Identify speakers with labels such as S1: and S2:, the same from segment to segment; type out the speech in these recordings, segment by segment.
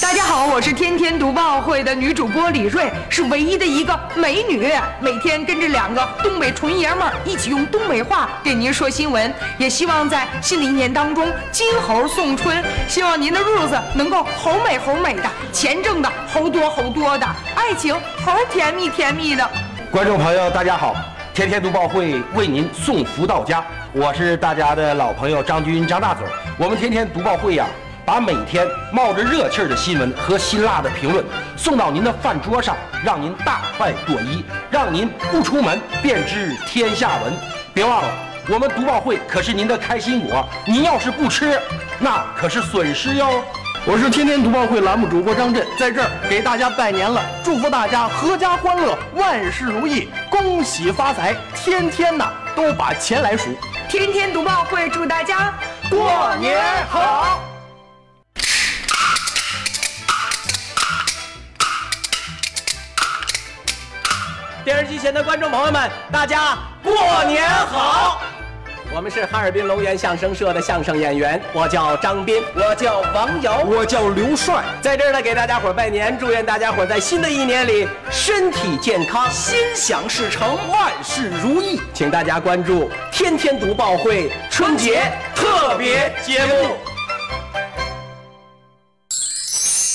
S1: 大家好，我是天天读报会的女主播李锐，是唯一的一个美女，每天跟着两个东北纯爷们儿一起用东北话给您说新闻，也希望在新的一年当中金猴送春，希望您的日子能够猴美猴美的，钱挣的猴多猴多的，爱情猴甜蜜甜蜜的。
S2: 观众朋友，大家好！天天读报会为您送福到家，我是大家的老朋友张军张大嘴儿。我们天天读报会呀、啊把每天冒着热气儿的新闻和辛辣的评论送到您的饭桌上，让您大快朵颐，让您不出门便知天下闻。别忘了，我们读报会可是您的开心果，您要是不吃，那可是损失哟。
S3: 我是天天读报会栏目主播张震，在这儿给大家拜年了，祝福大家阖家欢乐，万事如意，恭喜发财，天天呐都把钱来数。
S1: 天天读报会祝大家
S3: 过年好！
S4: 电视机前的观众朋友们，大家过年好！我们是哈尔滨龙岩相声社的相声演员，我叫张斌，我叫王瑶，
S3: 我叫刘帅，
S4: 在这儿呢给大家伙儿拜年，祝愿大家伙儿在新的一年里身体健康，心想事成，
S3: 万事如意。
S4: 请大家关注《天天读报会》春节特别节目。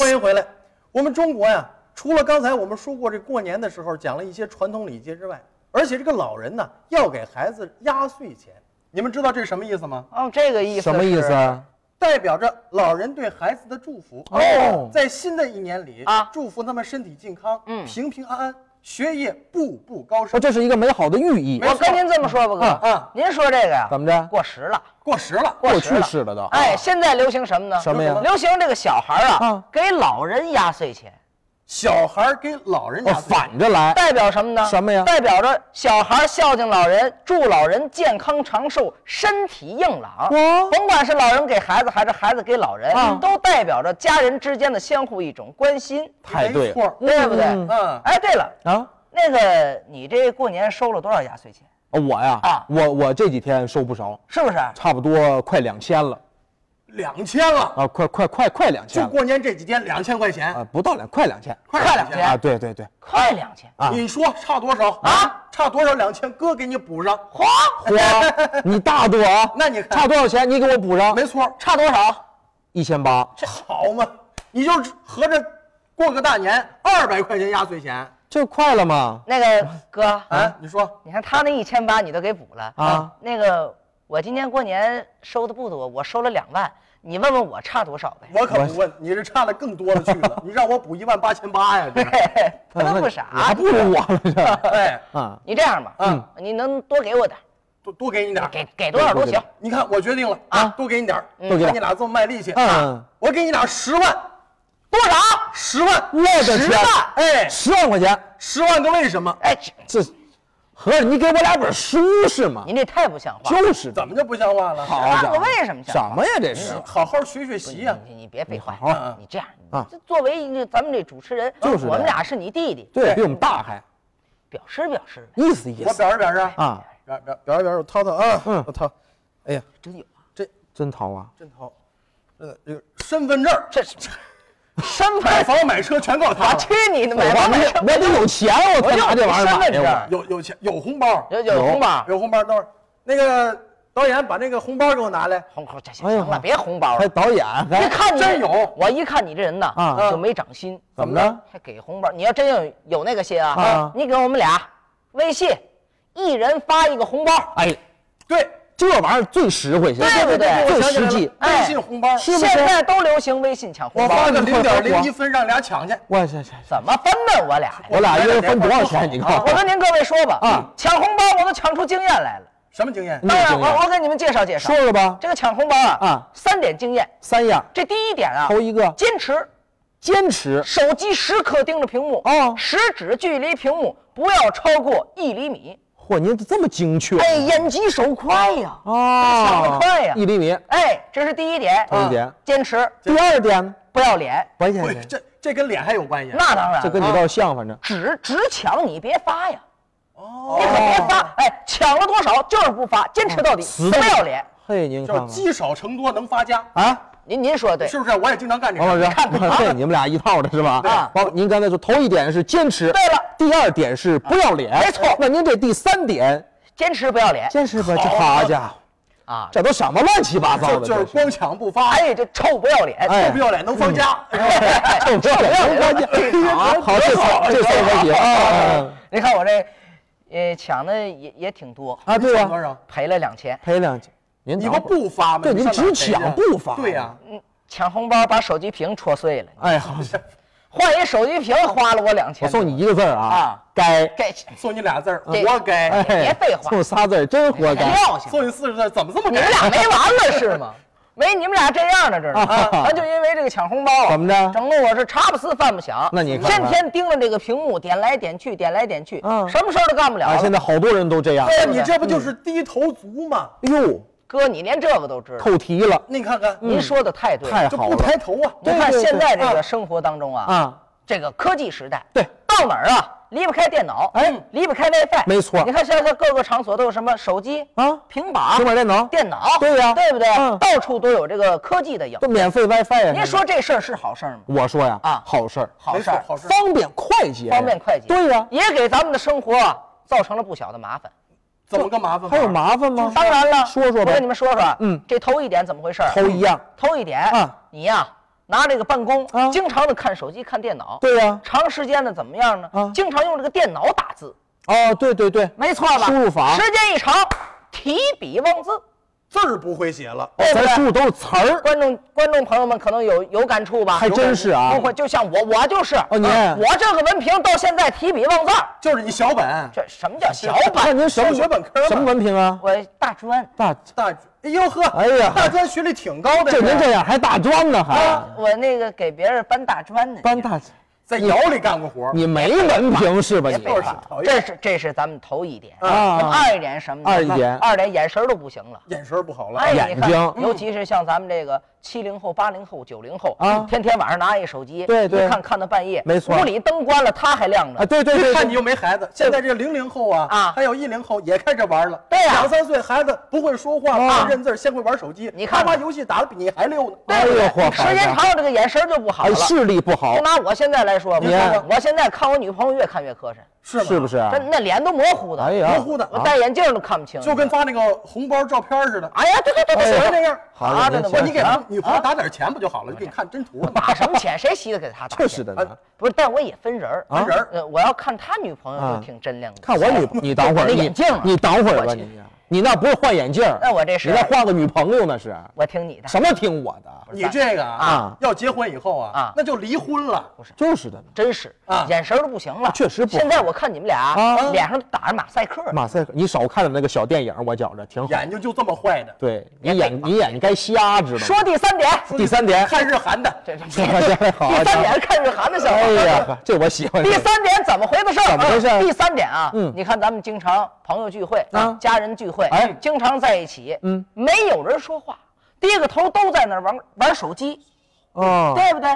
S3: 欢迎回来。我们中国呀，除了刚才我们说过这过年的时候讲了一些传统礼节之外，而且这个老人呢要给孩子压岁钱，你们知道这是什么意思吗？
S5: 哦，这个意思
S6: 什么意思？啊？
S3: 代表着老人对孩子的祝福
S6: 哦
S3: 在新的一年里
S5: 啊
S3: 祝福他们身体健康，
S5: 嗯
S3: 平平安安，学业步步高
S6: 哦，
S3: 升。
S6: 这是一个美好的寓意
S3: 没
S5: 我跟您这么说吧，
S6: 啊
S5: 哥，
S3: 啊，
S5: 您说这个呀，
S6: 怎么着？
S5: 过时了，
S3: 过时了，
S6: 过
S5: 时了
S6: 去式了都。啊
S5: 哎，现在流行什么呢？
S6: 什么呀
S5: 流行这个小孩啊
S6: 啊，
S5: 给老人压岁钱，
S3: 小孩儿给老人
S6: 哦
S3: 家，
S6: 反着来。
S5: 代表什么呢？
S6: 什么呀
S5: 代表着小孩孝敬老人，祝老人健康长寿，身体硬朗。
S6: 哇
S5: 甭管是老人给孩子，还是孩子给老人
S6: 哦啊，
S5: 都代表着家人之间的相互一种关心，
S6: 太对
S3: 没
S6: 了
S3: 错儿，
S5: 对不对？
S6: 嗯
S3: 嗯，
S5: 哎，对了，
S6: 啊！
S5: 那个你这过年收了多少压岁钱？
S6: 哦我呀，
S5: 啊
S6: 我我这几天收不少，
S5: 是不是？
S6: 差不多快两千了
S3: 两千了，
S6: 啊，快快快快两千
S3: 就
S6: 了
S3: 过年这几天两千块钱，
S6: 啊，不到两快两千
S3: 快两
S5: 千
S6: 啊，对对对，
S5: 快两千。
S6: 啊
S3: 你说差多少啊？差多少两千，哥给你补上。嚯，
S6: 嚯，你大度啊！
S3: 那你看
S6: 差多少钱？你给我补上
S3: 没错儿，
S5: 差多少？
S6: 一千八，
S3: 这好嘛，你就合着过个大年二百块钱压岁钱
S6: 这快了吗？
S5: 那个哥，
S3: 啊？你说
S5: 你看他那一千八你都给补了
S6: 啊。
S5: 那个我今年过年收的不多，我收了两万，你问问我差多少 呗？
S3: 我可不问，你这差的更多了去了，你让我补一万八千八呀？这 是
S5: 他那不
S6: 你还
S5: 傻
S6: 不。如我了这
S3: 哎，
S6: 啊！
S5: 你这样吧，
S3: 嗯
S5: 嗯，你能多给我点儿，
S3: 多多给你点儿，
S5: 给给多少都行。
S3: 你看我决定了
S5: 啊
S3: 多给你点儿，
S6: 多给点
S3: 看你俩这么卖力气，啊
S6: 嗯，
S3: 我给你俩十万，
S5: 多少？
S3: 十万，
S6: 我的天
S3: 十万，哎，
S6: 十万块钱，
S3: 十万个为什么？
S5: 哎，这
S6: 这合着你给我俩本书是吗？
S5: 您这太不像话了。
S6: 就是的
S3: 怎么就不像话了？
S6: 好
S5: 那
S6: 家
S5: 我
S6: 伙，
S5: 为什么像
S6: 什么呀？这是
S3: 好好学学习呀。
S5: 你你别废话，
S6: 好
S3: 好
S5: 你这样，
S6: 啊
S5: 这作为一个咱们这主持人，
S6: 就是
S5: 我们
S6: 的
S5: 俩是你弟弟，
S6: 对比我们大还
S5: 表示表示呗。
S6: 意思意
S3: 我
S6: 思
S3: 表示表示，
S6: 啊，
S3: 表表表示表示，我掏掏啊，
S6: 嗯
S3: 我掏，哎呀，
S5: 真有啊，
S6: 真掏啊！
S3: 真掏，真的这个身份证儿、
S5: 这是身
S3: 买
S5: 份，
S3: 房买车全够
S5: 我
S3: 他了，
S5: 去你的，买房买车
S6: 哎我得我得有钱，啊我才拿这玩
S5: 我就有
S6: 意儿买
S5: 身份
S6: 呀
S2: 哎
S5: 证！
S3: 有有钱有红包，
S5: 有有红包，
S3: 有红包，等会儿那个导演把那个红包给我拿来，
S5: 红红这行
S6: 哎呦
S5: 行了，别红包
S6: 我还
S5: 了。
S6: 导演
S5: 一
S6: 还
S5: 看你
S3: 真有
S5: 我一看你这人呐，
S6: 哎啊
S5: 就没长心，
S6: 怎么着？
S5: 还给红包。你要真有有那个心啊
S6: 啊，
S5: 你给我们俩微信，一人发一个红包，
S6: 哎，
S3: 对，
S6: 这玩意儿最实惠，现
S5: 对
S6: 在
S5: 不对？
S3: 我想起来
S6: 最实际
S3: 了，微信红包，
S6: 是不
S5: 现
S6: 是？
S5: 在都流行微信抢红
S3: 我
S5: 包，
S3: 发个零点零一分让俩抢去，
S6: 我去去，
S5: 怎么分呢？我俩呀？
S6: 我俩一人分多少钱？你告诉
S5: 我跟
S6: 我，
S5: 您各位说吧，
S6: 啊
S5: 抢红包我都抢出经验来了。
S3: 什么经验？
S6: 嗯
S5: 当然，
S6: 经验
S5: 我我给你们介绍介绍
S6: 说，说吧，
S5: 这个抢红包啊，
S6: 啊
S5: 三点经验。
S6: 三样，
S5: 这第一点啊，
S6: 头一个
S5: 坚持，
S6: 坚持，
S5: 手机时刻盯着屏幕，
S6: 哦
S5: 食指距离屏幕不要超过一厘米。
S6: 嚯，您这么精确
S5: 哎，眼疾手快呀，抢得
S6: 哦，
S5: 快呀
S6: 一厘米。
S5: 哎，这是第一点，
S6: 头一点
S5: 啊坚持
S6: 第二点呢，
S5: 不要脸，
S6: 不要
S3: 喂
S6: 钱，
S3: 这这跟脸还有关系？
S5: 那当然
S6: 这跟你
S5: 了，
S6: 倒像，反正
S5: 只只抢你别发呀，你可别发，哎，抢了多少就是不发，坚持到底，
S6: 哦死
S5: 死不要脸。
S6: 嘿，您
S3: 就是
S6: 看看
S3: 积少成多，能发家。
S6: 啊，
S5: 您您说的对，
S3: 是不是？我也经常干这
S6: 王
S3: 事。
S6: 老师， 对，你们俩一套的是吧？
S5: 啊
S6: 王，您刚才说头一点是坚持，
S5: 对了，
S6: 第二点是不要脸，
S5: 没错
S6: 那您这第三点，
S5: 坚持不要脸
S6: 坚持吧，这好家伙，
S5: 啊！
S6: 这都什么乱七八糟
S3: 就
S6: 的？
S3: 就是光抢不发，
S5: 哎，这臭不要脸，
S6: 哎
S3: 臭不要脸能放假。
S6: 嗯 这这这关键啊！好，这三这三个题啊
S5: 你看我这，呃，抢的也也挺多，
S6: 啊，对
S3: 多少
S6: 啊，？
S5: 赔了两千。
S6: 赔两千，您
S3: 你
S6: 等
S3: 不
S6: 会儿
S3: 不发吗？
S6: 嗯对，
S3: 你
S6: 您
S3: 上哪儿
S6: 只
S3: 赔
S6: 抢
S3: 呀
S6: 不发，
S3: 对呀，
S5: 抢红包把手机屏戳碎了，
S6: 哎，好，
S5: 换一手机屏花了我两千。
S6: 我送你一个字儿啊
S5: 啊，
S6: 该，
S5: 给
S3: 送你俩字儿，
S5: 这
S3: 活该。
S6: 哎
S5: 别废话
S6: 送仨字儿真活该。啊
S5: 撂下，
S3: 送你四十字儿，怎么这么
S5: 你们
S3: 该？
S5: 俩没完了是 吗？没，你们俩这样呢，这是
S6: 啊
S5: 啊，咱就因为这个抢红包，
S6: 怎么着
S5: 整得我是茶不思饭不想。
S6: 那你看看
S5: 天天盯着这个屏幕，点来点去，点来点去，
S6: 嗯
S5: 什么事儿都干不了
S6: 哎，现
S5: 了。
S6: 在好多人都这样。
S5: 对
S6: 哎
S5: 不
S3: 你
S5: 对
S3: 这不就是低头族吗？
S6: 呦，
S5: 哥，你连这个都知道，
S6: 扣题了，
S3: 你看看，
S5: 您说的太嗯对了。
S6: 嗯太
S3: 就
S6: 好
S3: 不
S6: 了
S3: 抬头啊！
S5: 你看
S6: 对对
S5: 现在这
S6: 对
S5: 个生活当中啊，
S6: 啊！
S5: 这个科技时代，
S6: 对，
S5: 到哪儿啊离不开电脑，嗯
S6: 哎
S5: 离不开 WiFi，
S6: 没错
S5: 你看现在各个场所都有什么手机
S6: 啊
S5: 平板、
S6: 平板电脑
S5: 电脑，
S6: 对呀
S5: 对不对
S6: 嗯？
S5: 到处都有这个科技的影。
S6: 都免费 WiFi 呀。
S5: 您说这事儿是好事儿吗？
S6: 我说呀，
S5: 啊
S6: 好事儿，
S5: 好事儿
S3: 没错，好事儿
S6: 方便快捷呀，
S5: 方便快捷。
S6: 对呀，
S5: 也给咱们的生活造成了不小的麻烦。
S3: 怎么个麻烦法？
S6: 还有麻烦吗？
S5: 当然了，
S6: 说说
S5: 我跟你
S6: 呗。
S5: 们啊说说，
S6: 嗯
S5: 这头一点怎么回事儿？
S6: 头一样，
S5: 头一点
S6: 啊
S5: 你呀拿这个办公
S6: 啊，
S5: 经常的看手机、看电脑，
S6: 对呀，
S5: 长时间的怎么样呢
S6: 啊？
S5: 经常用这个电脑打字，
S6: 哦，对对对，
S5: 没错吧？
S6: 输入法哦
S5: 时间一长，提笔忘字，
S3: 字儿不会写了，
S5: 对不
S6: 咱输
S5: 对？
S6: 入都是词儿。
S5: 观众观众朋友们可能有有感触吧？
S6: 还真是啊
S5: 不会，就像我，我就是，
S6: 哦您
S5: 啊我这个文凭到现在提笔忘字儿，
S3: 就是一小本
S5: 这什么叫小
S6: 那
S5: 本？
S6: 您什么
S3: 上学本科嘛
S6: 什么文凭啊？
S5: 我大专，
S6: 大，
S3: 大，哎呦呵，
S6: 哎呀
S3: 大专学历挺高的，
S6: 就您这样还大专呢，还
S5: 我那个给别人搬大砖呢。
S6: 啊搬大，
S3: 在窑里干过活儿，
S6: 你没文凭是啊吧？
S5: 别
S6: 你
S5: 废
S3: 就是
S5: 话
S3: 讨，厌
S5: 这是这是咱们头一点。
S6: 哎啊
S5: 那么二一点是什么呢？
S6: 二一点
S5: 二点眼神儿都不行了。
S3: 眼神儿不好了。
S5: 哎，
S6: 眼
S5: 你看
S6: 睛嗯
S5: 尤其是像咱们这个七零后、八零后、九零后
S6: 啊
S5: 天天晚上拿一手机，
S6: 对对
S5: 一看看到半夜，
S6: 没错
S5: 屋里灯关了，它还亮
S6: 啊，
S5: 着。
S6: 对对对，
S3: 看
S6: 对
S3: 你又没孩子，现在这零零后啊，
S5: 啊
S3: 还有一零后也开始玩了。
S5: 对呀
S3: 两三岁孩子不会说话，不会认字儿，先会玩手机。
S5: 你看
S3: 他妈游戏打的比你还溜呢。啊
S5: 对不对
S6: 哎呦嚯
S5: 时间长了，这个眼神儿就不好
S6: 哎，
S5: 了。
S6: 视力不好
S5: 就，拿我现在来说吧
S6: 你看，
S5: 我现在看我女朋友越看越磕碜，
S3: 是吗
S6: 是不？啊是？
S5: 真那脸都模糊的，
S6: 哎呀，
S3: 模糊的
S5: 我
S6: 啊
S5: 戴眼镜都看不清。
S3: 就跟发那个红包照片似的，
S5: 哎呀，对对对
S6: 哎呀
S5: 对，
S3: 全这样。
S6: 好
S5: 啊
S6: 您
S5: 真的
S6: 先
S5: 我
S3: 你给
S5: 啊
S3: 女朋友打点钱不就好了？你给你看真 图了吗？
S5: 打什么钱？谁稀得给他打钱？
S6: 这是的呢
S3: 啊。
S5: 不是，但我也分人儿
S6: 啊
S3: 分人儿
S5: 呃，我要看他女朋友
S6: 啊
S5: 就挺真亮的。
S6: 看我女，你等会儿，
S5: 我的
S6: 你
S5: 哎眼镜啊
S6: 你等会儿吧，
S5: 我去
S6: 你你那不是换眼镜儿？
S5: 那我这是
S6: 你那换个女朋友那是？
S5: 我听你的。
S6: 什么听我的？
S3: 你这个
S6: 啊
S3: 啊，要结婚以后啊
S5: 啊，
S3: 那就离婚了。
S6: 就是的呢，
S5: 真是
S3: 啊
S5: 眼神儿都不行了，
S6: 确实不好
S5: 现在我看你们俩
S6: 啊
S5: 脸上打着马赛克，
S6: 马赛克，你少看点那个小电影，我觉着挺好。
S3: 眼睛就这么坏的，
S6: 对你
S5: 别
S6: 眼
S5: 废话
S6: 你眼睛该瞎，知道吗？
S5: 说第三点，
S6: 第三点，
S3: 看日韩的，
S5: 这这
S6: 这这好
S5: 第三点看日韩的小
S6: 哎
S5: 伙伴。
S6: 呀，这我喜欢。
S5: 第三点怎么回的事儿？
S6: 怎么回事
S5: 啊第三点啊，
S6: 嗯
S5: 你看咱们经常朋友聚会
S6: 啊
S5: 家人聚会，
S6: 哎
S5: 经常在一起，
S6: 嗯
S5: 没有人说话，低个头都在那儿玩玩手机，
S6: 啊，
S5: 对不对？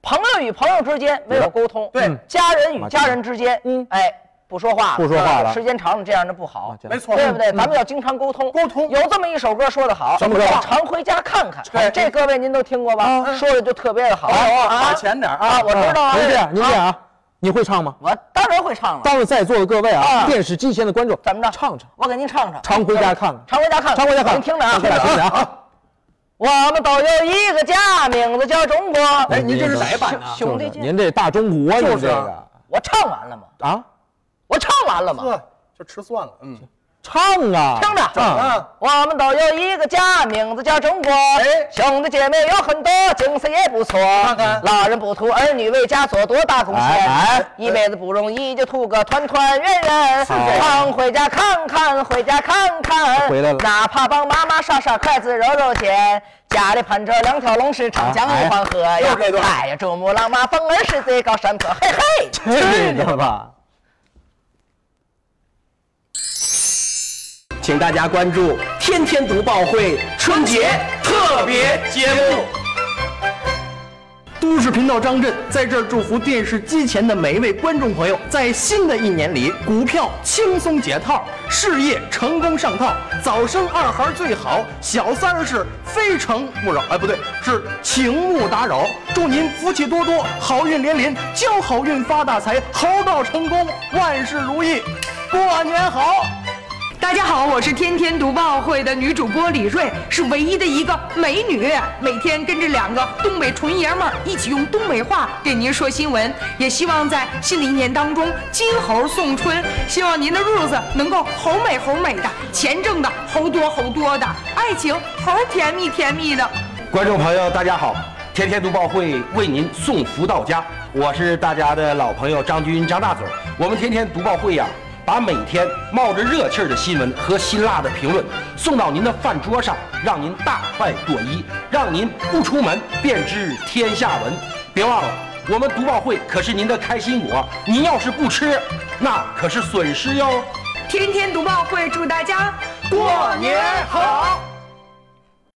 S5: 朋友与朋友之间没有沟通，
S3: 对
S5: 嗯家人与家人之间，
S6: 嗯
S5: 哎，不说话了，呃
S6: 不说话了
S5: 时间长了这样的不好
S6: 啊，这
S3: 没错，
S5: 对不对？咱们要经常沟通。
S3: 沟通
S5: 有这么一首歌说得好，
S6: 什么歌啊
S5: 常回家看看。
S3: 对
S5: 这各位您都听过吧？说的就特别的
S6: 哦
S5: 好
S3: 花钱点儿啊
S5: 啊！我知道啊
S6: 您这样，您这样啊，你会唱吗？
S5: 我当然会唱了。
S6: 当着在座的各位啊，
S5: 啊
S6: 电视机前的观众，
S5: 怎么着？
S6: 唱唱，
S5: 我给您唱唱。
S6: 常回家看看，
S5: 常回家看看，
S6: 常回家看看，
S5: 您听着啊，
S6: 咱俩听着啊，
S5: 我们都有一个家，名字叫中国。
S3: 哎，您这是哪一版呢？
S5: 兄弟
S6: 就是
S5: 间，
S6: 您这大中国，您
S3: 就是
S6: 这个
S5: 我唱完了吗？
S6: 啊，
S5: 我唱完了吗？
S3: 呵，就吃蒜了，嗯
S6: 唱啊，
S5: 听着
S6: 啊，
S3: 啊，
S5: 我们都有一个家，名字叫中国。
S3: 哎
S5: 兄弟姐妹有很多，景色也不错。
S3: 看
S5: 老人不图儿女为家做多大贡献，
S6: 哎哎
S5: 一辈子不容易，就图个团团圆圆。
S6: 这样
S5: 常回家看看，回家看看，
S6: 回来了
S5: 哪怕帮妈妈刷刷筷子、揉揉肩。家里盘着两条龙，是长江
S6: 哎
S5: 与黄河呀
S3: 又这段！
S5: 哎呀，珠穆朗玛峰儿是最高山坡，嘿嘿。
S6: 这个吧，
S4: 请大家关注“天天读报会”春节特别节目。
S3: 都市频道张震在这儿祝福电视机前的每一位观众朋友，在新的一年里，股票轻松解套，事业成功上套，早生二孩最好，小三儿是非诚勿扰，哎，不对，是请勿打扰。祝您福气多多，好运连连，交好运发大财，猴到成功，万事如意，过年好！
S1: 大家好，我是天天读报会的女主播李锐，是唯一的一个美女，每天跟着两个东北纯爷们儿一起用东北话给您说新闻，也希望在新的一年当中金猴送春，希望您的日子能够猴美猴美的，钱挣的猴多猴多的，爱情猴甜蜜甜蜜的。
S2: 观众朋友，大家好！天天读报会为您送福到家，我是大家的老朋友张军张大嘴儿。我们天天读报会呀、把每天冒着热气儿的新闻和辛辣的评论送到您的饭桌上，让您大快朵颐，让您不出门便知天下闻。别忘了，我们读报会可是您的开心果，您要是不吃，那可是损失哟。
S1: 天天读报会祝大家过
S3: 过年好！